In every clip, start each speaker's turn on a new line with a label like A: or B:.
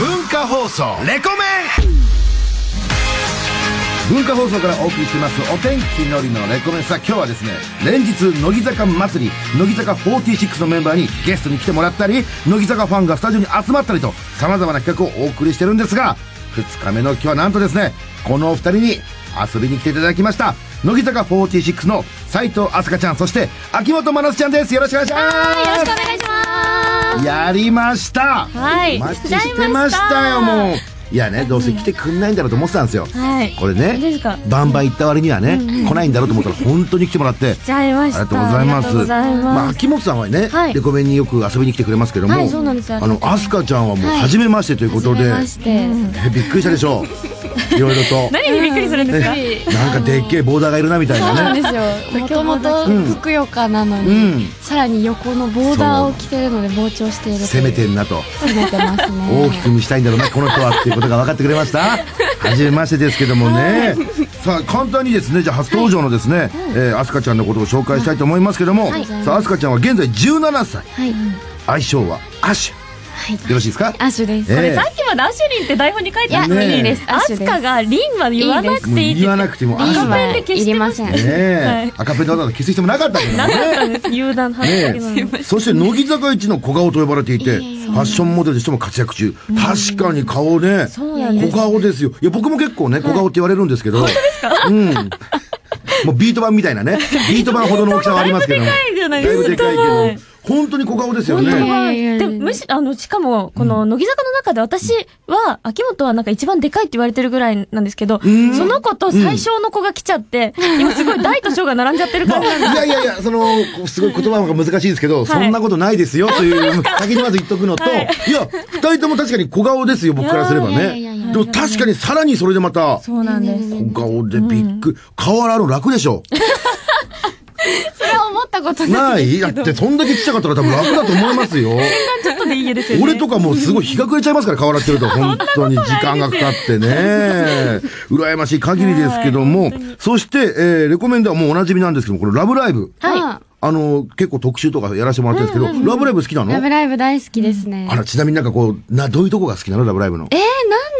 A: 放送レコメン文化放送からお送りしてますお天気のりのレコメンさあ今日はですね連日乃木坂祭り乃木坂46のメンバーにゲストに来てもらったり乃木坂ファンがスタジオに集まったりとさまざまな企画をお送りしてるんですが2日目の今日はなんとですねこのお二人に遊びに来ていただきました乃木坂46の斉藤飛鳥ちゃんそして秋元真夏ちゃんですよろしくお願いします
B: よろしくお願いします。
A: やりました
B: はい
A: お待ちしてましたよもういやねどうせ来てくんないんだろうと思ってたんですよ
B: はい
A: これね
B: ですか
A: バンバン行った割にはね来ないんだろうと思ったら本当に来てもらって
B: ちゃいま
A: あり
B: した。
A: がとうございます
B: ありがとうございます
A: まあ、秋元さんはね、
B: はい
A: レコメンによく遊びに来てくれますけども、
B: はいそうなんですよ
A: あのアスカちゃんはもう初めましてということで、
B: 初めまして
A: えびっくりしたでしょ ういろいろと
C: 何にびっくりするんですか、
A: なんかでっけえボーダーがいるなみたい
B: そう
A: な
B: なん
A: ね
B: ですよ。もともとふくよかなのに、
A: うん
B: さらに横のボーダーを着てるので膨張しているという。
A: 攻めてんなと
B: 攻めてますね。
A: 大きく見したいんだろうなこの人はっていうことが分かってくれました初めましてですけどもねさあ簡単にですねじゃあ初登場のですね、えー、アスカちゃんのことを紹介したいと思いますけども、
B: はい
A: さあアスカちゃんは現在17歳
B: はい。
A: 愛称はアシュ、よろしいですか
B: アッシュです。
A: ええ
C: これさっきまでアシュリンって台本に書いてあったの
A: いや
C: に、
A: いいです
C: アスカがリンは言わなくていいって
A: 言わなくてもア
C: ア
A: シ
C: カ
A: ュね
C: ペンで消してました
A: え、赤ペンでわざわざ消す必要もなかったけどね
C: 油断は
A: ねえ、そして乃木坂一の小顔と呼ばれていて、ファッションモデルとしても活躍中。確かに顔ね、
C: うなん
A: 小顔ですよ。いや、僕も結構ね、小顔って言われるんですけど。本当ですかうん。もうビート板みたいなね、ビート板ほどの大きさはありますけど。だ
C: いじゃない
A: い
C: で
A: ぶ
C: す
A: で
C: か
A: かいけど、本当に小顔ですよ
B: 本当
A: ね。
B: だいやいやいや
C: でむしあのしかもこの乃木坂の中で私は秋元はなんか一番でかいって言われてるぐらいなんですけど、
A: ん
C: その子と最小の子が来ちゃって、今すごい大と小が並んじゃってる
A: まあ、
C: 感
A: い
C: じなんで
A: やいやいや、その、こうすごい言葉が難しいですけど、
C: い
A: そんなことないですよという、先にまず言っとくのと、い
C: は
A: や
C: い、
A: 二人とも確かに小顔ですよ、僕からすれば
B: いやいやいやい
A: ね。
B: や
A: でも確かにさらにそれでまた、
C: そうなんです
A: 小顔でびっくり。顔洗うの楽でしょ。
B: それは思ったことない。
A: ないだってそんだけちっちゃかったら多分楽だと思いますよ。
C: ちょっとでいいですよね
A: 俺とかもうすごい日が暮れちゃいますから、顔洗って ると。本当に時間がかかってね。羨ましい限りですけども。そして、えーレコメンではもうおなじみなんですけども、これラブライブ。
B: は。
A: あの、結構特集とかやらせてもらってるんですけど、ラブライブ好きない
B: ラブ
A: の
B: ライブ大好きですね。
A: あら、ちなみになんかこう、な、どういうとこが好きなのラブライブの。
B: えー、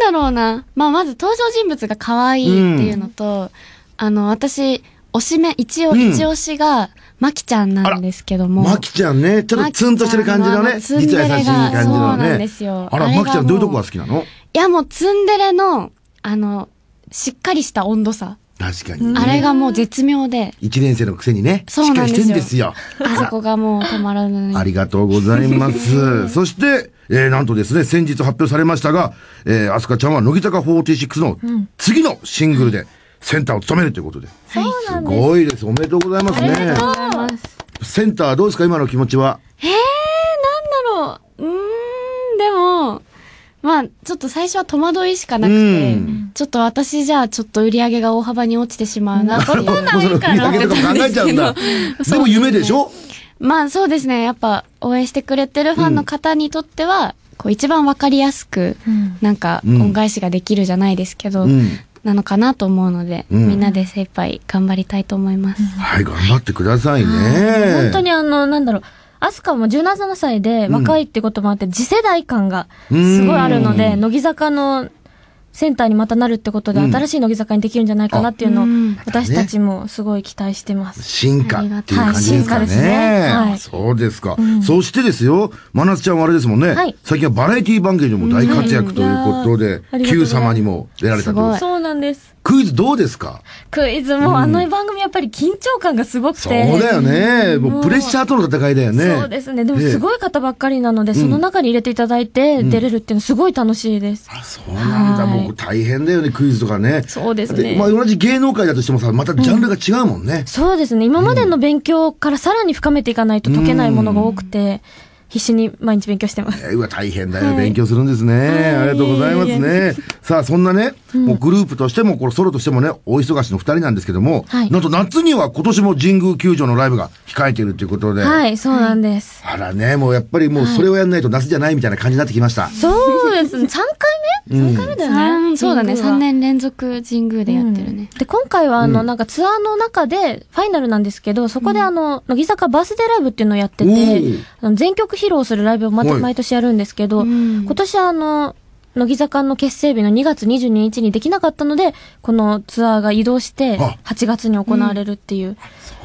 B: なんだろうな。まあ、まず登場人物が可愛いっていうのと、あの、私、推しめ、一応、
A: うん
B: 一押しが、まきちゃんなんですけども。
A: マキちゃんね、ちょっとツンとしてる感じのね、
B: マキちゃんの
A: 実は優しい感じ
B: ツンデレがそ
A: の
B: うなんです
A: ね
B: よ。
A: あ
B: あ
A: ら、
B: れが
A: マキちゃんどういうとこが好きなの
B: いや、もうツンデレの、あの、しっかりした温度差。
A: 確かにね。
B: あれがもう絶妙で、
A: 一年生のくせにね、し
B: そう
A: っ
B: な
A: か
B: んで
A: り
B: す
A: し
B: よ
A: てんですよ。
B: あそこがもうたまらな
A: あ
B: い。
A: りがとうございます。そして、えー、なんとですね、先日発表されましたが、えー、アスカちゃんは乃木坂46の次のシングルでセンターを務めるということで。
C: そうな
A: す
C: んです
A: ごいです。おめでとうございます
B: あり
A: ね
B: が。とうございます。
A: センターどうですか今の気持ちは。
B: えー、なんだろう。うーん、でも、まあ、ちょっと最初は戸惑いしかなくて
A: うん、
B: ちょっと私じゃあちょっと売り上げが大幅に落ちてしまうなっていう。
A: もうその売り上げとかも考えちゃうんだ。でも夢でしょ
B: まあそうですね。やっぱ応援してくれてるファンの方にとっては、こう一番わかりやすく、なんか
A: うん
B: 恩返しができるじゃないですけど、
A: うん
B: なのかなと思うので、
A: うん
B: みんなで精一杯頑張りたいと思います。
A: はい、頑張ってくださいね。
C: 本当にあの、なんだろう。アスカも17歳で若いってこともあって、次世代感がすごいあるので、
A: うん
C: 乃木坂のセンターにまたなるってことで、
A: うん
C: 新しい乃木坂にできるんじゃないかなっていうのを
B: うん、
C: 私たちもすごい期待してます。
A: 進化っていう感じですか
C: はい進化ですねは
A: ね。
C: い
A: そうですか。そしてですよ、真夏ちゃんはあれですもんね
C: はい。
A: 最近はバラエティ番組でも大活躍ということで
C: うんいやーありがとうござい、
A: Q
C: ます
A: 様にも出られたということ
B: は
A: で
B: い
C: そうなんです。
A: クイズどうですか
C: クイズもあの番組やっぱり緊張感がすごくて。
A: そうだよね。もうプレッシャーとの戦いだよね。
C: そうですね。でも
A: ええ
C: すごい方ばっかりなので、その中に入れていただいて出れるっていうのすごい楽しいです。
A: あそうなんだ。
C: はい
A: もう大変だよね、クイズとかね。
C: そうです
A: だっ
C: ね
A: てまあ同じ芸能界だとしてもさ、またジャンルが違うもんね。
C: そうですね。今までの勉強からさらに深めていかないと解けないものが多くて、必死に毎日勉強してます。
A: えーうわ、大変だよ。勉強するんですね。ありがとうございますね。さあ、そんなね、もうグループとしても、これソロとしてもね、大忙しの二人なんですけども、
C: はい
A: なんと夏には今年も神宮球場のライブが控えているということで、
C: はい、そうなんです。
A: あらね、もうやっぱりもうそれをやんないと夏じゃないみたいな感じになってきました。
C: そうですね。3回 目 ?3 回目だよね。
B: 三そうだね。
C: 神宮は
B: 3年連続神宮でやってるね。
C: で、今回はあの、なんかツアーの中で、ファイナルなんですけど、そこであの、乃木坂バースデーライブっていうのをやって
A: おー
C: て、あの全曲披露するライブをまた
A: はい
C: 毎年やるんですけど、
B: うん
C: 今年はあの、乃木坂の結成日の2月22日にできなかったので、このツアーが移動して、
A: あ
C: 8月に行われるっていう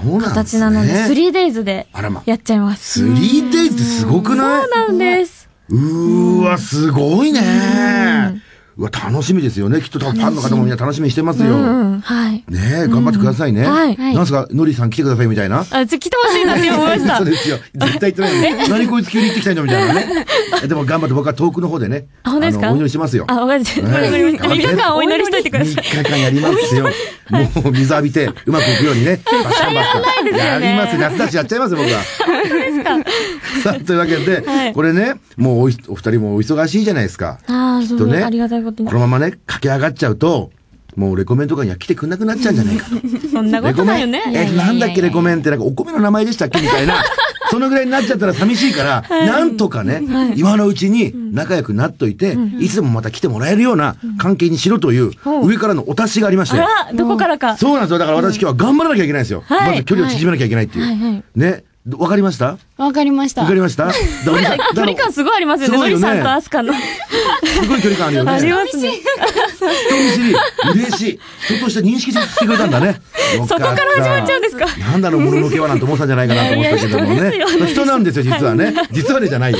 A: そうなんで
C: 形
A: す
C: なので、
A: ね。
C: 3days で
A: あらま
C: やっちゃいます。
A: 3days ってすごくない
C: そうなんです。
A: うーわ、すごいね。うわ、楽しみですよね。きっと多分ファンの方もみんな楽しみにしてます
C: う
A: よ。ね
C: ん、はい。
A: え、頑張ってくださいね。
C: うんはい
B: はい
A: なんすか、のりさん来てくださいみたいな。
C: あ、ちょ、来てほしいなって思いました
A: そう。ですよ。絶対言ってないのに。何こいつ急に行ってきたんだみたいな ね。えでも頑張って僕は遠くの方でね。
C: あ本当ですか
A: のお祈りしますよ。
C: あ、わかりました。
A: はい
C: 3日間お祈りしといてください。
A: 3日間やりますよ。もう水浴びて、うまくいくようにね。 バッシャンバッシャン。やりますよ。夏だしやっちゃいますよ、僕は。 さあ、というわけで、
C: はい
A: これね、もうおいお二人もお忙しいじゃないですか。
C: ああ、そ
A: きっ
C: う、
A: とね
C: ありがたいことに
A: こ。のままね、駆け上がっちゃうと、もうレコメンとかには来てくんなくなっちゃうんじゃないかと。
C: そんなこ
A: レコ
C: とない
A: メ
C: よ
A: ン、
C: ね。
B: やいやい
A: え、
B: や
A: なんだっけレコメンってなんかお米の名前でしたっけみたい な。そのぐらいになっちゃったら寂しいから、なんとかね、今のうちに仲良くなっといて、いつでもまた来てもらえるような関係にしろという、
C: うん
A: 上からのお達しがありまし
C: あ
A: て。
C: ら、どこからか。
A: そうなんですよ。だから私今日は頑張らなきゃいけないんですよ。
C: はい
A: まず距離を縮めなきゃいけないっていう。
C: はいはい
A: ね。どわかりました
B: わかりました。
A: わかりま しただからだから
C: 距離感すごいありますよね。
A: すご
C: の
A: いよ
C: り
A: ね
C: さんとアスカの。
A: すごい距離感あるよね。
C: ありますね。
A: 人見知り。嬉しい。人として認識してくれた んだね。よ
C: そ
A: か
C: こ
A: った
C: から始まっちゃうんですか。
A: なんだろう、もののけはなんて思ってたんじゃないかなと思ったけども
C: いや
A: ね
C: いや人です。よ
A: 人なんですよ、実はね。実はねじゃないよ。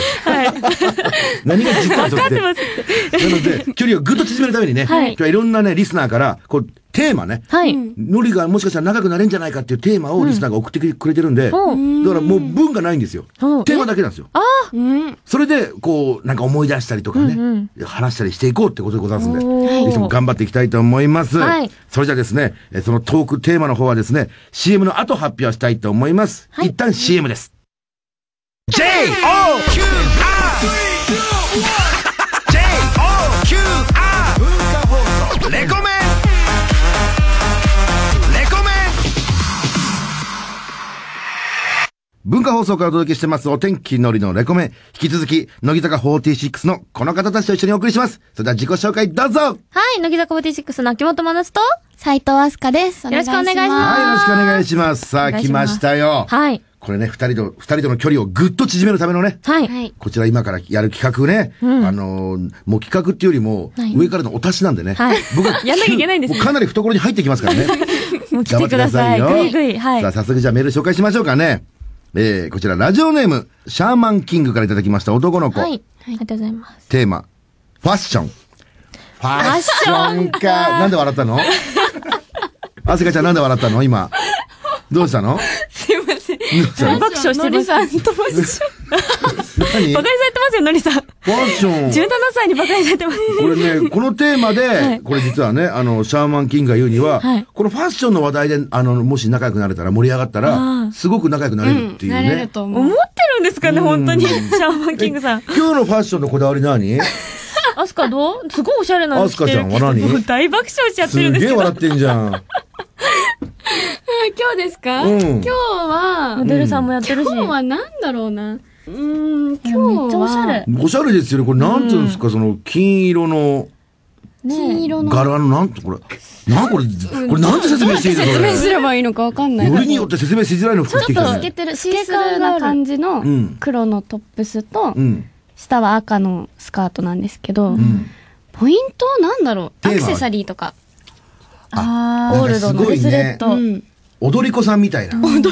A: 何が実はそれって。な
C: ま
A: ので、距離をぐっと縮めるためにね、
C: はい
A: 今日はいろんなね、リスナーから、こう、テーマね。
C: はい。
A: ノリがもしかしたら長くなれんじゃないかっていうテーマをリスナーが送ってくれてるんで、だか
C: おう
A: らもう文がないんですよ。テ
C: うん
A: ーマだけなんですよ。
B: うん。
A: それで、こう、なんか思い出したりとかね、
C: うん
A: 話したりしていこうってことでございますんで。
C: おー
A: ぜひとも頑張っていきたいと思います。
C: はい
A: それじゃあですね、えーそのトークテーマの方はですね、CM の後発表したいと思います。
C: はい
A: 一旦 CM です。j o q r j o q r レコメンレコメン文化放送からお届けしてますお天気のりのレコメン。引き続き、乃木坂46のこの方たちと一緒にお送りします。それでは自己紹介どうぞ
C: はい、乃木坂46の秋元真夏と、
B: 斉藤飛鳥です。
C: よろしくお願いします
A: はい、よろしくお願いします。さあ、
C: お願い
A: 来
C: し
A: ま
C: ます
A: したよ。
C: はい。
A: これね、二人と、二人との距離をぐっと縮めるためのね、
C: はい。
B: はい。
A: こちら今からやる企画ね、あのーもう企画っていうよりも
C: はい、
A: 上からのお達しなんでね、
C: はい
A: 僕は
C: やんなきゃいけないんですね
A: もうかなり懐に入ってきますからね。
C: も う来てください。
A: 頑
C: ぐ
A: 張って
C: い
A: くだ
C: ぐい。はい
A: さあ、。早速じゃあメール紹介しましょうかね。えー、こちらラジオネーム、シャーマンキングからいただきました男の子。
C: はい。ありがとうございます。
A: テーマ、ファッション。ファ
C: ッションか
A: なんで笑った のあすかちゃんなんで笑ったの今。どうしたの
B: すいません。
A: どうした の
C: 爆笑してま
B: の
C: す
B: りさんとファッション。
A: 何
C: バカにされてますよ、のりさん。
A: ファッショ
C: 17
A: ン。
C: 歳にバカにされてます。
A: これね、このテーマで、
C: い
A: これ実はね、あの、シャーマンキングが言うには、
C: はい
A: このファッションの話題で、あの、もし仲良くなれたら、盛り上がった
C: あ
A: ら、
C: ー
A: すごく仲良くなれるっていう
B: なれる
A: ね。
B: と
C: 思っ
B: 思
C: て
B: う。
C: るんですかね、本当に。シャーマンキングさん。
A: 今日のファッションのこだわり何
C: アスカどうすごいおしゃれなんです
A: アスカちゃんは何
C: もう大爆笑しちゃっ
A: す
C: てるんです
A: げ
C: け
A: え
C: ど。
A: 笑ってんじゃん。
B: 今日ですか
A: うん
B: 今日は
C: モ、デルさんもやってるし。
B: 今日はなんだろうな。うーん、今日は。
C: めっちゃおしゃれ。。
A: おしゃれですよね。これなんていうんですか、その、金色の、
B: 金色の。
A: 柄のなんとこれ、なんこれ、これなんて説明していいのこ
B: 説明す
A: れ。
B: ればいいのかわかんない。
A: よりによって説明しづらいの服着てきた
B: 透け
A: ね。
B: てる、シースルーな感じの
A: うん
B: 黒のトップスと
A: う、ん。
B: 下は赤のスカートなんですけど
A: う、ん。
B: ポイントはなんだろう
A: テー
B: ア
A: マ
B: ク
A: は
B: セサリーとか。
C: あ
A: なん
C: ー
A: かすごいね
C: ブレスレッ
B: う
C: ト。
B: ん。
A: 踊り子さんみたいな。
B: 踊り子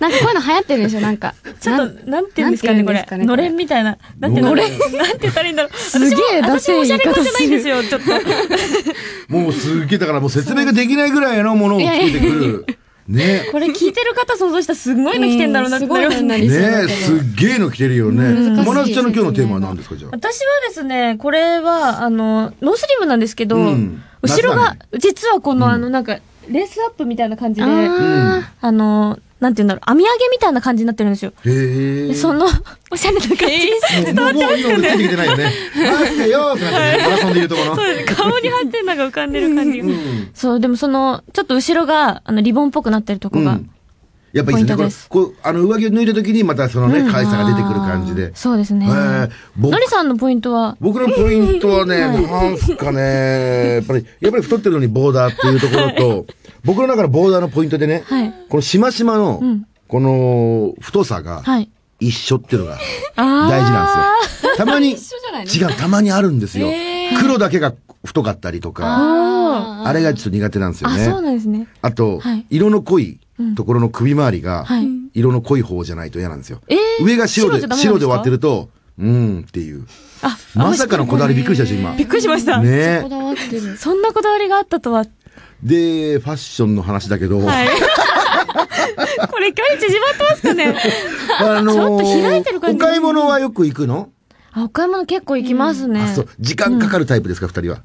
B: なんかこういうの流行ってるんですよ、なんか。
C: ちょっと、なんて言うんですかね、これ。
B: なんて言うんですかねこれ
C: のれんみたいな。なんて言う
A: の
C: のな
A: れ
C: んて言ったらいいんだろう。す
B: げえダ
C: 私
B: セい
C: もおしゃ
B: 言い
C: れ
B: 方
C: っ子じゃないんですよ、ちょっと。
A: もうすっげえ、だからもう説明ができないぐらいのものを着けてくる。ね。
C: これ聞いてる方想像したらすごいの着てんだろうなってなりま
B: うんすごいの
C: す
B: にな
A: ね
B: りそうだけど
A: すっげえの着てるよね。
B: 難しい
A: まなつちゃんの今日のテーマは何ですか、じゃあ。
C: 私はですね、これは、あの、ノースリーブなんですけど、
A: うん
C: 後ろ
A: 夏だ
C: が、実はこの、あの、なんか、レースアップみたいな感じで、あ
B: あ
C: の、なんて言うんだろう、編み上げみたいな感じになってるんですよ。
A: へえ。
C: でその、 おしゃれな感じ。
A: もう、もう今俺ついてきてないよね。待ってよーってなってねマラソンで言うとこの。
C: そうです顔に斑点なんか浮かんでる感じが。
A: うん
C: そう、でもその、ちょっと後ろが、あの、リボンっぽくなってるとこが。
A: うんやっぱいいです
C: ポイント
A: ね。
C: です
A: これ、こう、あの、上着を脱いだ時にまたそのね、可愛さが出てくる感じ
C: あ
A: で
C: ー。そうです
A: へ
C: ね。
A: ー僕
C: のりさんのポイントは、
A: 僕のポイントはね、なんすかね、やっぱり、やっぱり太ってるのにボーダーっていうところと、僕の中のボーダーのポイントでね、
C: はい
A: このしましまの
C: ん、
A: この太さが、
C: はい。
A: 一緒っていうのが
C: あー
A: 大事なんですよ。たまに、違
B: 一緒じゃないの
A: う、たまにあるんですよ。
B: え
A: 黒だけが太かったりとか、
B: あー
A: あれがちょっと苦手なんですよ
C: あ、そう
A: ね。
C: なんですね。
A: あと
C: はい、
A: 色の濃いところの首周りが、
C: はい。
A: 色の濃い方じゃないと嫌なんですよ。
C: えー
A: 上が白で、白で割って。
C: じ
A: る
C: ゃダメなんすか
A: と、うーんっていう。
C: あ、
A: まさかのこだわりびっくりしたでしょ、今。
C: びっくりしました。
B: こ
A: ね
B: だわってる。
C: そんなこだわりがあったとは。
A: で、ファッションの話だけど、
C: はい。これ距離縮まってますかね。
A: あのー
C: ちょっと開いてる感じ
A: お買い物はよく行くの
C: あ、お買い物結構行きますね。
A: あ、そう。時間かかるタイプですか、二人は。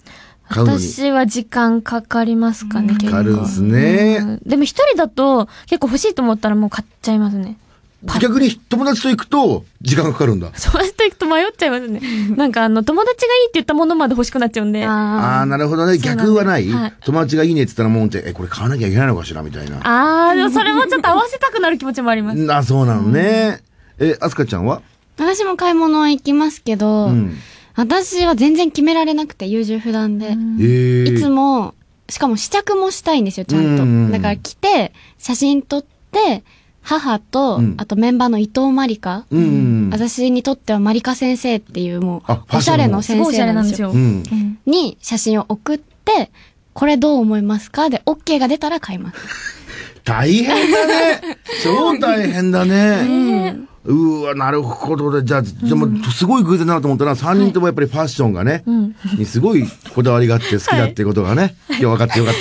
A: 買うのに。
C: 私は時間かかりますかね、結構。
A: かかるんすね
C: うんでも一人だと結構欲しいと思ったらもう買っちゃいますね。
A: 逆に友達と行くと、時間がかかるんだ。
C: そうしていくと迷っちゃいますね。なんかあの、友達がいいって言ったものまで欲しくなっちゃうんで。あ
A: ああー、なるほどね。
C: そうなんです
A: 逆はない
C: はい
A: 友達がいいねって言ったらもうって、え、これ買わなきゃいけないのかしらみたいな。
C: あー、でもそれもちょっと合わせたくなる気持ちもあります。
A: あ、そうなのね。え、あすかちゃんは
B: 私も買い物は行きますけど、
A: うん。
B: 私は全然決められなくて、優柔不断で。
A: ええ。
B: いつも、しかも試着もしたいんですよ、ちゃ
A: うんうんうん
B: んと。だから来て、写真撮って、母と、
A: うん
B: あとメンバーの伊藤まりか。
A: うんうんうん。
B: 私にとってはまりか先生っていうも
A: あファ
B: う、
A: ッ
B: お
A: シ
B: し
A: ョン
B: ゃれ
A: の
B: の
C: す
B: 先
C: ごいおしゃれ
B: 生な
C: な
B: んん
C: で
B: ですすよ。
C: よ
A: う。ん。
C: うん
B: に写真を送って、これどう思いますかで、OK が出たら買います。
A: 大変だ ね。超大変だね。うーわ、なるほどね。じゃあ、でも、すごい偶然だなと思ったら、3人ともやっぱりファッションがね、
C: ん
A: にすごいこだわりがあって好きだっていうことがね、今日分かってよかっ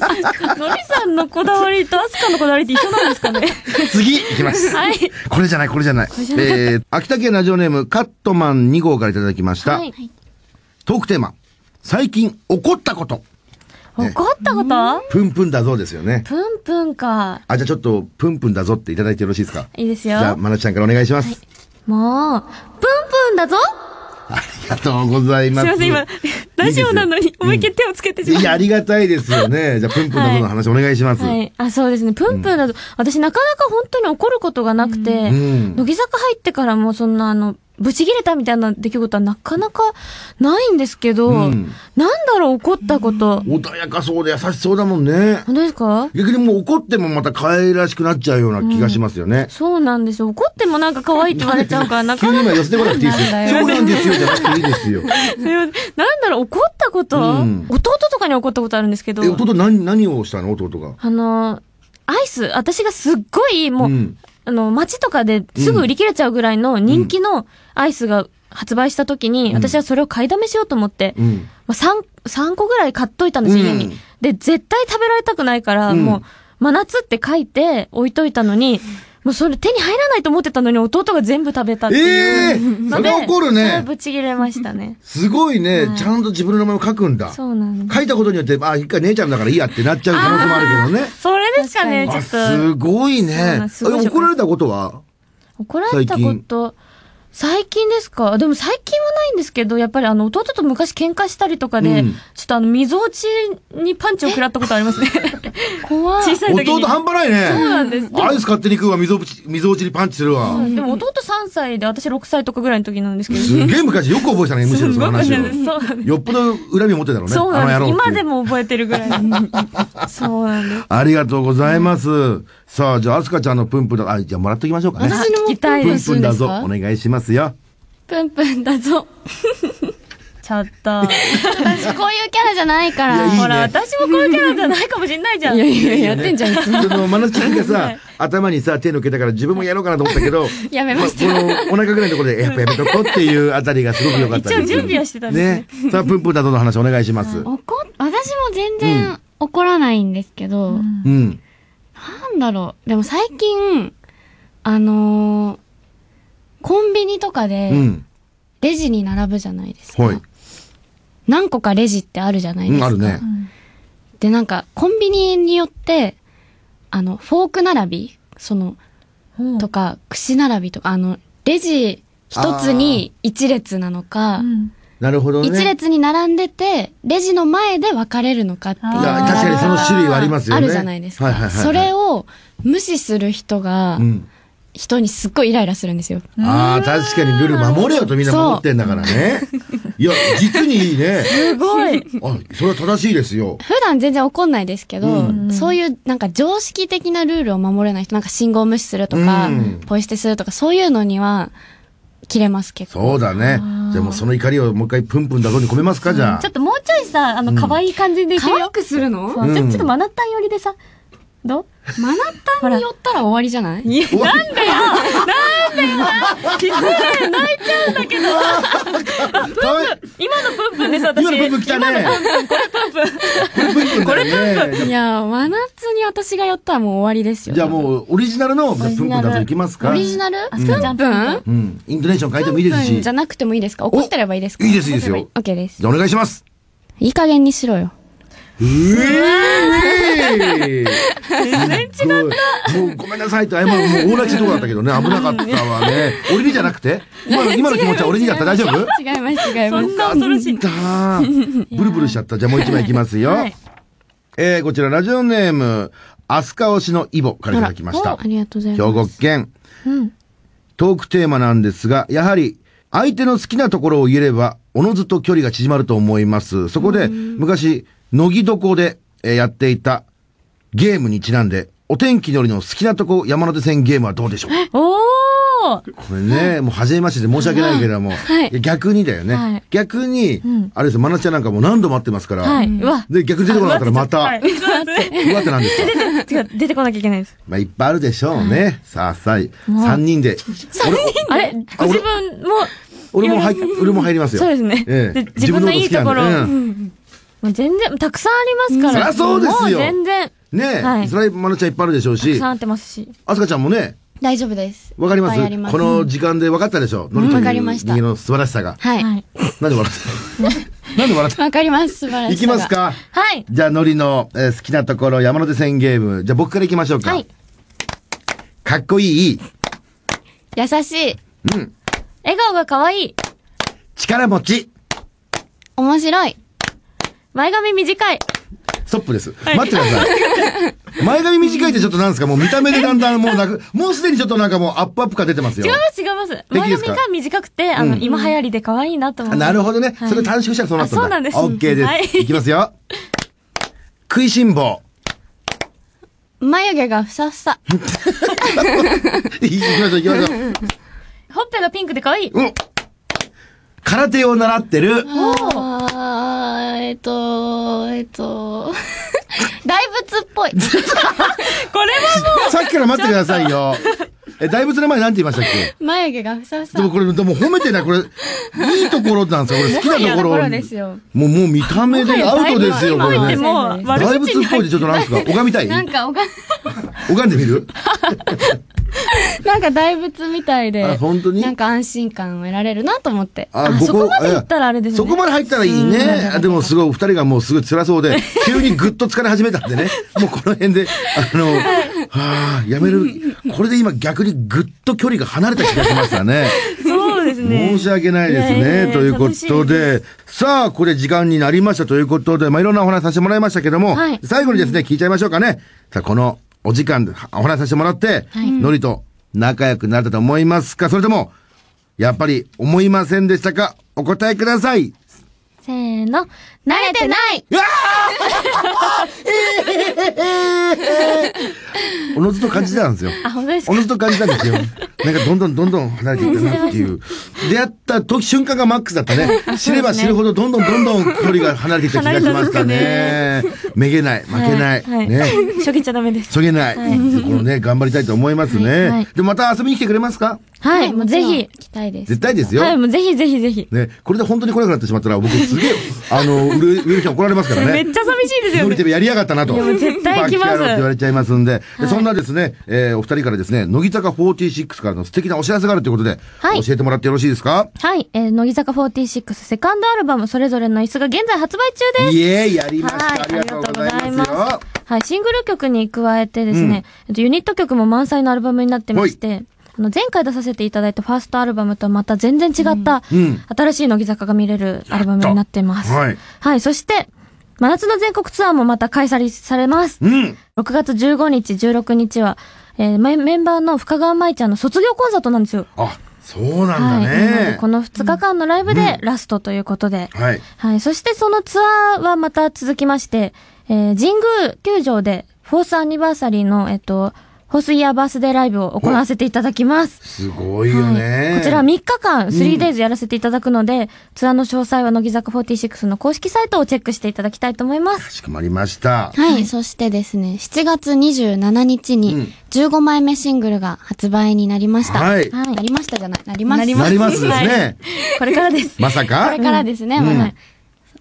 A: た。
C: のりさんのこだわりとアスカのこだわりって一緒なんです かね
A: 次、いきます。
C: はい。
A: これじゃない、これじゃない。
C: れじゃなかった
A: えー、秋田県ラジオネーム、カットマン2号からいただきました。
C: はい
A: トークテーマ、最近怒ったこと、
C: 怒ったこと
A: プンプンだぞですよね。
C: プンプンか。
A: あ、じゃあちょっと、プンプンだぞっていただいてよろしいですか
C: いいです
A: じゃあ、
C: よ。
A: まなちゃんからお願いします。
C: もう、プンプンだぞ
A: ありがとうございますす。
C: いません、今、ラジオなの
A: いい
C: に
A: ですよ
C: 思いっきり手をつけてしまっ
A: い
C: た
A: や、ありがたいですよね。じゃあ、プンプンの方の話お願いします。
C: はい。あ、そうですね。プンプンだと、私なかなか本当に怒ることがなくて、
A: うん
C: 乃木坂入ってからもそんなあの、ブチ切れたみたいな出来事はなかなかないんですけど、
A: うん
C: なんだろう怒ったこと。
A: 穏やかそうで優しそうだもんね。
C: 本当ですか
A: 逆にもう怒ってもまた可愛らしくなっちゃうような気がしますよね。
C: そうなんですよ。怒ってもなんか可愛いって言われちゃうから、な
A: 急
C: か
A: に
C: なか。
A: 今寄せてこなくていいですよ。
B: なんだ
A: そうなんですよ、じゃなくていいですよ。
C: すいませんなんだろう怒ったこと、
A: うん
C: 弟とかに怒ったことあるんですけど
A: え、、弟何、何をしたの弟が。
C: あの、アイス、私がすっごい、もう、
A: うん
C: あの、街とかですぐ売り切れちゃうぐらいの人気のアイスが発売した時
A: ん
C: に、私はそれを買いだめしようと思って、
A: うん。
C: まあ、3、三個ぐらい買っといたんですよ、家に。
A: うん
C: で、絶対食べられたくないから、
A: うん
C: もう、真夏って書いて置いといたのに、もうそれ手に入らないと思ってたのに弟が全部食べたっていう。
A: ええ ー
C: の
A: そ
C: で
A: れ怒る
C: それ
A: ね。。
C: ぶち切れましたね
A: すごいね
C: は。い
A: ちゃんと自分の名前を書くんだ。
C: そうなんです。
A: 書いたことによって、あ、一回姉ちゃんだからいいやってなっちゃう可能性もあるけどね。
C: それですかね、ちょ
A: あ、
C: っと。
A: すごい
C: そうなん
A: ね
C: で。す
A: え
C: すごいショック
A: 怒られたことは
C: 怒られたこと、最近ですかでも最近はないんですけど、やっぱりあの、弟と昔喧嘩したりとかで、
A: うん
C: ちょっとあの、溝落ちにパンチを食らったことありま すね。
B: 怖い
C: 小。さい時に。
A: 弟半端ないね。
C: そうなんです。でも
A: アイス勝手に食うわ、溝落ち、溝落ちにパンチするわ。
C: でも弟3歳で私6歳とかぐらいの時なんですけど。
A: すんげえ昔よく覚えてたね、むしろその話を
C: すご。くねそうなんです。
A: よっぽど恨み持ってたろうね。
C: そう
A: あ
C: な
A: の野郎っ
C: んです。
A: てい
C: 今
A: う
C: でも覚えて るぐらい。そうなんです。
A: ありがとうございます。さあ、じゃあ、アスカちゃんのプンプンだ、あ、じゃあもらっときましょうかね。
B: 私にも
C: 聞きたい
A: プ
C: で
A: ン
C: す
A: プンだぞ。お願いしますよ。
B: プンプンだぞ。
C: ちょっと。
B: 私こういうキャラじゃないか
A: いやいい
C: ほ
B: ら。
C: ら、私もこういうキャラじゃないかもしんないじゃん。
B: いやいやいや、やってんじゃん、いつ
A: そ
B: も。
A: の、まなちゃんがさ、頭にさ、手抜けたから自分もやろうかなと思ったけど、
B: やめまし
A: この、お腹ぐらいのところで、やっぱやめとこうっていうあたりがすごく良かったです。
C: 一応準備はしてたんです
A: ね。さあ、プンプンだぞの話お願いします。
B: 怒っ、私も全然怒らないんですけど、
A: うん。
B: なんだろう。でも最近、あのーコンビニとか
A: う
B: で、
A: ん。
B: レジに並ぶじゃないですか。
A: はい。
B: 何個かレジってあるじゃないで
A: う
B: す
A: ん、
B: か。
A: あるね。
B: で、なんか、コンビニによって、あの、フォーク並びその、
C: うん
B: とか、串並びとか、あの、レジ一つに一列なのか、
A: なるほどね。
B: 一列に並んでて、レジの前で分かれるのかっていう。
C: あ
A: いや
C: ー
A: 確かにその種類はありますよね。
B: あるじゃないですか。
A: はいはいはいはい、
B: それを無視する人が
A: うん、
B: 人にすっごいイライラするんですよ。
A: ああ、確かにルール守れよとみんな守ってんだからね。いや、実にいいね。
C: すごい。
A: あ、それは正しいですよ。
B: 普段全然怒んないですけど、
A: うん
B: そういうなんか常識的なルールを守れない人、なんか信号無視するとか、
A: うん
B: ポイ捨てするとか、そういうのには切れます結構。
A: そうだね。じゃあもうその怒りをもう一回プンプンだこに込めますか、じゃあ
C: ちょ。っともうちょいさ、あの、可愛い感じでいける
B: 可
C: よ
B: 愛。くするの
C: そう
A: うん
C: じゃあちょっとマナッタン寄りでさ、どう
B: マナタンに寄ったら終わりじゃないいや、
A: うわ
C: 泣いちゃうんだけど、
A: かわいい
C: 今のプンプンです、
A: 今のプンプン来たね。これプンプン。これプンプンだよね。
B: 真夏に私が寄ったらもう終わりですよ。
A: じゃあもうオリジナルのじゃあプンプンだといきますか。
B: オリジナルプン
A: そう
B: プ
A: じゃ
B: ン
C: ん
B: プ
A: うん。イントネーション変えてもいいです
B: ン
A: し。
B: じ
A: じ
B: ゃ
A: ゃ
B: なくてもいいですか怒ってればいいですか
A: いいですいいですよ
B: 怒ってればいい OK です。
A: あお願いします。
B: いい加減にしろよ。
A: うえー全然違った。もうごめんなさいって謝る。もう大泣きとかだったけどね、危なかったわね。俺にじゃなくて今の今の気持ちは俺にだった大丈夫
B: 違います、違います。
C: んな恐ろしい。
A: だー ブルブルしちゃった。じゃあもう一枚いきますよ。
C: はい
A: えー、こちらラジオネーム、アスカ推しのイボからいただきました
B: あ。りがとうござい
A: 兵
B: ます。
A: 庫県。トークテーマなんですが、やはり、相手の好きなところを言えれば、おのずと距離が縮まると思います。そこで、昔、乃木床でえーやっていたゲームにちなんで、お天気のりの好きなとこ山手線ゲームはどうでしょう
C: お
A: こ
C: ー
A: れね、もう初めましてで申し訳ないけれども、
B: はい
A: いや逆にだよね。
C: はい
A: 逆に、
C: ん
A: あれですよ、まなちゃんなんかもう何度も会ってますから、
C: はい。うわ。
A: で、逆に出てこなかったらまた、
C: はいそうですね
A: うわってなんですよ。
C: 違う出てこなきゃいけないです。
A: まあ、いっぱいあるでしょうね。さあ、さあ、3人で。
C: あれご自分も、
A: 俺も入、俺も入りますよ。
C: そうですね。
A: ええ
C: で自分のいいところ、
A: 自分のこと好きなんでうん
C: もう全然、たくさんありますから。
A: うんそりゃそうですよ
C: もう全然、
A: ねえ、
C: はい
A: それはまなちゃんいっぱいあるでしょう
C: たく
A: し
C: さん、あってますし。
A: あすかちゃんもね、
B: 大丈夫です。
A: わかりま
B: いっ
A: す
B: ぱいあります
A: この時間で分かったでしょう。ノリという
B: わかりました
A: 人間の素晴らしさが。
B: はい。
C: はい。
A: なんで笑った なんで笑っ
B: わかります。素晴ら
A: た
B: しい。
A: いきます。か。
C: はい。
A: じゃあ、ノリの、えー好きなところ山手線ゲーム。じゃあ僕からいきましょうか。
C: はい
A: かっこいい、
B: 優しい。
C: 笑顔が可愛い。
A: 力持ち。
B: 面白い。
C: 前髪短い。
A: ストップです。待ってくださ い。前髪短いってちょっとなんですかもう見た目でだんだんもうなく、もうすでにちょっとなんかもうアップアップ感出てますよ
C: 違い。ます、違います。
A: 平気
C: 前
A: です
C: 髪
A: か
C: が短くて、あの、今流行りで可愛いなと思
A: あ
C: って。
A: なるほどね。
C: はい
A: それ短縮したらそうなったんだ。
C: あそうなんです
A: オッケーです。
C: はいい、
A: きますよ。食いしん坊。
B: 眉毛がふさふさ。
A: いきましょう、いきましょう。
C: ほっぺがピンクで可愛い。
A: うん。空手を習ってる。
B: あー、えっと、えっと、 大仏っぽい。
C: これは
A: さっきから待ってください よ。え、大仏の前なんて言いましたっけ
B: 眉毛がふさふさ。
A: でもこれ、でも褒めてない。これ、いいところなんですよ。これ好きなところ。
B: 好きなところですよ
A: もう、もう見た目でアウトですよ、これ
C: もう
A: ね
C: 今。言ってもう悪
A: 大
C: 口
A: 仏っ
C: に
A: ぽいっ
C: 入って
A: てちょっとなん ですか拝みたい
B: なんかおか、
A: 拝んでみる
B: なんか大仏みたいで。
A: あ本当に
B: なんか安心感を得られるなと思って。
A: あ
C: あ
A: ここ
C: そこまで行ったらあれですね
A: そこまで入ったらいいね。あでもすごい、お二人がもうすごい辛そうで、急にぐっと疲れ始めたんで ね。もうこの辺で、あの、はあ、やめる。これで今逆にぐっと距離が離れた気がしましたね。
C: そうですね。
A: 申し訳ないです
C: いやいや
A: ね。
C: いや
A: というこ
C: 寂しい
A: とで、さあ、これ時間になりましたということで、まあ、いろんなお話させてもらいましたけども、
C: はい
A: 最後にですね、聞いちゃいましょうかね。さあ、このお時間でお話させてもらって、のりと仲良くなれたと思いますかそれとも、やっぱり思いませんでしたかお答えください。
C: せーの。慣れてない。
A: おのずと感じたんですよ。
C: あ、本当です
A: お
C: か
A: のずと感じたん ですよ。なんかどんどんどんどん離れていったなっていう。出会った時瞬間がマックスだったね。知れば知るほどどんどんどんどん距離が離れていった気がしましたね。めげない、負けない、
C: はい。
A: ね。
C: しょげちゃダメです。
A: そげない、このね、頑張りたいと思いますね。
C: はいはい
A: で、また遊びに来てくれますか
C: はい、もうぜひ。
B: 行きたいです。
A: 絶対ですよ。
C: はい、もうぜひぜひぜひ。
A: ね、これで本当に来なくなってしまったら、僕すげえ、あの、売れ、売れちゃん怒られますからね。
C: めっちゃ寂しいです
A: ノ
C: よ
A: リテ
C: ね。
A: ベやりやがったなと。
C: いやもう絶対来ます
A: バカ野郎って言われちゃいますんで。でそんなですね、えーお二人からですね、乃木坂46からの素敵なお知らせがあるということで、
C: はい
A: 教えてもらってよろしいですか
C: はい、えー、乃木坂46セカンドアルバム、それぞれの椅子が現在発売中です。
A: イエーイやりました、
C: はい
A: ありがとうございますよ。
C: はい、シングル曲に加えてですね、えっとユニット曲も満載のアルバムになってまして、あの前回出させていただいたファーストアルバムとはまた全然違った、
A: うん
C: 新しい乃木坂が見れるアルバムになってます。
A: やったはい
C: そして、真夏の全国ツアーもまた開催されます。
A: うん。
C: 6月15日、16日は、えーメメンバーの深川舞ちゃんの卒業コンサートなんですよ。
A: あ、そうなんだ
C: はい。なので
A: ね。
C: この2日間のライブでラストということで。
A: はい。
C: はい。そしてそのツアーはまた続きまして、えー神宮球場で、フォースアニバーサリーの、えっと、フォースイヤーバースデーライブを行わせていただきます。
A: すごいよね。
C: はいこちら3日間、3days やらせていただくので、ツアーの詳細は乃木坂46の公式サイトをチェックしていただきたいと思います。
A: かしこまりました。
B: はい、そしてですね、7月27日
A: うん
B: に15枚目シングルが発売になりました。
A: はい
B: なりましたじゃない、なります。
C: なり
A: なります です
C: はい
A: ね。
C: これからです。
A: まさ
B: こ
A: か
B: れからですね、
A: うん
B: まだ
A: うん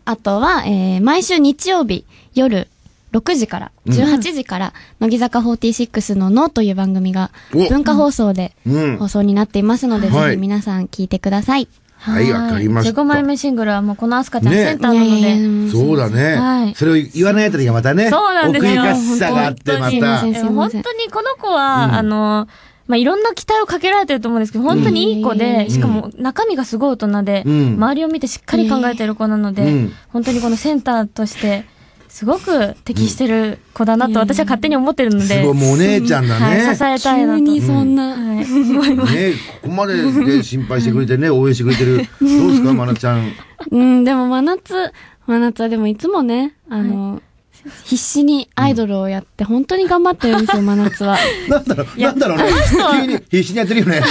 B: あとは、えー毎週日曜日夜6時から、18時から、乃木坂46のノーという番組が
A: お
B: 文化放送で
A: うん
B: 放送になっていますので、
A: はい
B: ぜひ皆さん聞いてください。
A: はいわかりました
C: 15枚目シングルはもうこのアスカちゃん
A: ね
C: センターなので、
B: いやいやいや
A: そうだね、
C: はい
A: それを言わないあたりがまた ね。
C: そうなんですよ
A: 奥ゆかしさがあって、ま
C: 本当に
A: た
B: すい。ま
C: でも本当にこの子は、
A: うん
C: あの、まあ、いろんな期待をかけられてると思うんですけど、本当にいい子で、
B: うん
C: しかも中身がすごい大人で、
A: うん
C: 周りを見てしっかり考えてる子なので、
A: うん
C: 本当にこのセンターとして、すごく適してる子だなと私は勝手に思ってるの
A: す
C: で、
A: ごい、もうお姉ちゃんだ
C: はい、支
A: ね。
C: えたいなと。
B: そんな、
C: はい、思います。
A: ねここまでで心配してくれてね、応援してくれてる。どうですか、まなちゃん。
B: うん、でも真夏、真夏はでもいつもね、あの、必死にアイドルをやって、本当に頑張ってるん ですよ、真夏は。
A: なんだろう、なんだろうね。急に必死にやってるよね。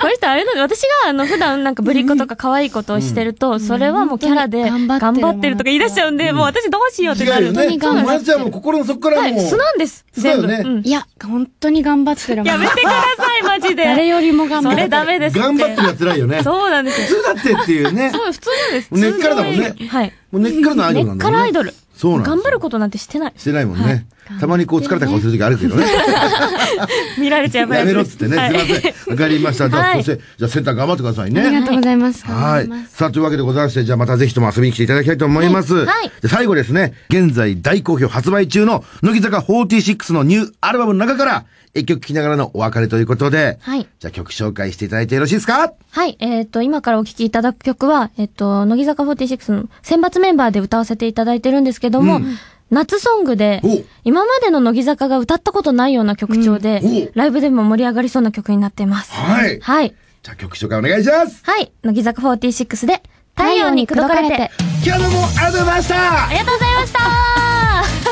C: この人あれなんで、私があの普段なんかぶりっ子とか可愛いことをしてると、それはもうキャラで
B: うん
C: 頑
B: 本当に頑張ってる
C: 張ってるとか言い出しちゃうんで、もう私どうしようってな
A: 違う
C: る
A: よ。
B: 本当
A: ね。
B: に頑張って
A: まなちゃんも心の底か
C: は
A: ら
C: い、
A: もう。
C: 素なんです。全部。
A: そうだよね
C: うん
B: いや、本当に頑張ってる。
C: やめてください、マジで。
B: 誰よりも頑張
C: それ
B: る。
C: ダメですって。
A: 頑張ってるやつらいよね。
C: そうなんです
A: 普
C: よ。
A: 通だってっていうね。
C: そう、普通なんです。
A: 根っからだもんね
C: はい。
A: もう根っからのアイドル
C: 根
A: な
C: っ
A: んだ
C: か
A: よね。
C: らアイドル。
A: そうなんですよ
C: 頑張ることなんてしてない。
A: してないもんね。たまにこう疲れた顔する時あるけどね。
C: 見られちゃやば
A: や
C: いやつ
A: めろっ
C: で
A: つっ
C: す
A: てね。すい
C: はい
A: ません。わかりました。じゃあ、
C: はい
A: そして、じゃあセンター頑張ってくださいね。
B: ありがとうございます。
A: は
B: 頑張りま
A: い。
B: す
A: さあ、というわけでございまして、じゃあまたぜひとも遊びに来ていただきたいと思います。
C: はいはい
A: で最後ですね、現在大好評発売中の、乃木坂46のニューアルバムの中から、一曲聴きながらのお別れということで、
C: はい
A: じゃあ曲紹介していただいてよろしいですか
C: はい。えっ、と、今からお聴きいただく曲は、えっ、と、乃木坂46の選抜メンバーで歌わせていただいてるんですけども、夏ソングで
A: お、
C: 今までの乃木坂が歌ったことないような曲調で、
A: うんお
C: ライブでも盛り上がりそうな曲になっています。
A: はい
C: はい。
A: じゃあ曲紹介お願いします
C: はい。乃木坂46で、太陽に砕かれて。
A: 今日もありがとうございました
C: ありがとうございました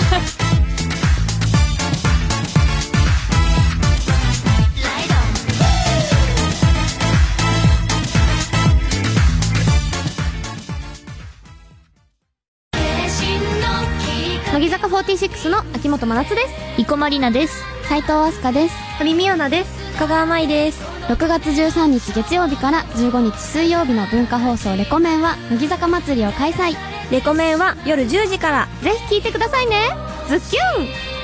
C: 乃木坂46の秋元真夏です。生駒里奈です。
B: 斉藤飛鳥です。
C: 堀美央奈です。深川舞です。
B: 6月13日月曜日から15日水曜日の文化放送レコメンは、乃木坂祭りを開催。
C: レコメンは夜10時から。ぜひ聞いてくださいね。ズッキュン